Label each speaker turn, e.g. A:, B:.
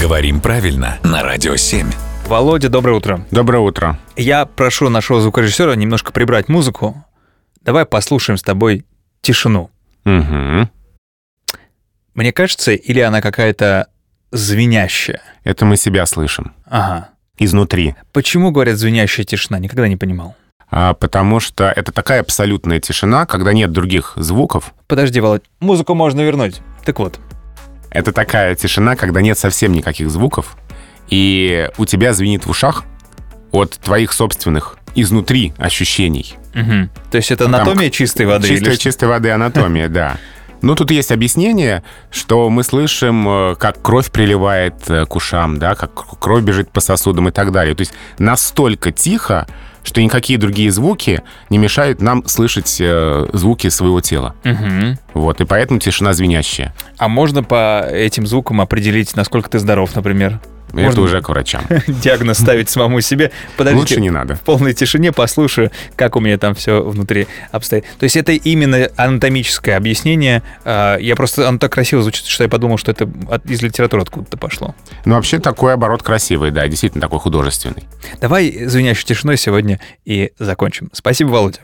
A: Говорим правильно на Радио 7.
B: Володя, доброе утро.
C: Доброе утро.
B: Я прошу нашего звукорежиссера немножко прибрать музыку. Давай послушаем с тобой тишину.
C: Мгм.
B: Мне кажется, или она какая-то звенящая.
C: Это мы себя слышим
B: Ага.
C: изнутри.
B: Почему говорят звенящая тишина? Никогда не понимал.
C: А, потому что это такая абсолютная тишина, когда нет других звуков.
B: Подожди, Володь. Музыку можно вернуть. Так вот,
C: Это такая тишина, когда нет совсем никаких звуков. И у тебя звенит в ушах от твоих собственных изнутри ощущений.
B: Мгм. То есть это
C: там
B: анатомия чистой воды? или
C: Чистой,
B: что?
C: чистой воды анатомия, да. Ну, тут есть объяснение, что мы слышим, э, как кровь приливает э, к ушам, да, как к- кровь бежит по сосудам и так далее. То есть настолько тихо, что никакие другие звуки не мешают нам слышать э, звуки своего тела.
B: Мгм.
C: Вот, и поэтому тишина звенящая.
B: А можно по этим звукам определить, насколько ты здоров, например?
C: Это
B: Можно?
C: уже к врачам.
B: Диагноз ставить самому себе. Подождите.
C: Лучше не надо.
B: В полной тишине послушаю, как у меня там все внутри обстоит. То есть это именно анатомическое объяснение. А, Я просто, оно так красиво звучит, что я подумал, что это от- из литературы откуда-то пошло.
C: Но вообще такой оборот красивый, да, действительно такой художественный.
B: Давай звенящей тишиной сегодня и закончим. Спасибо, Володя.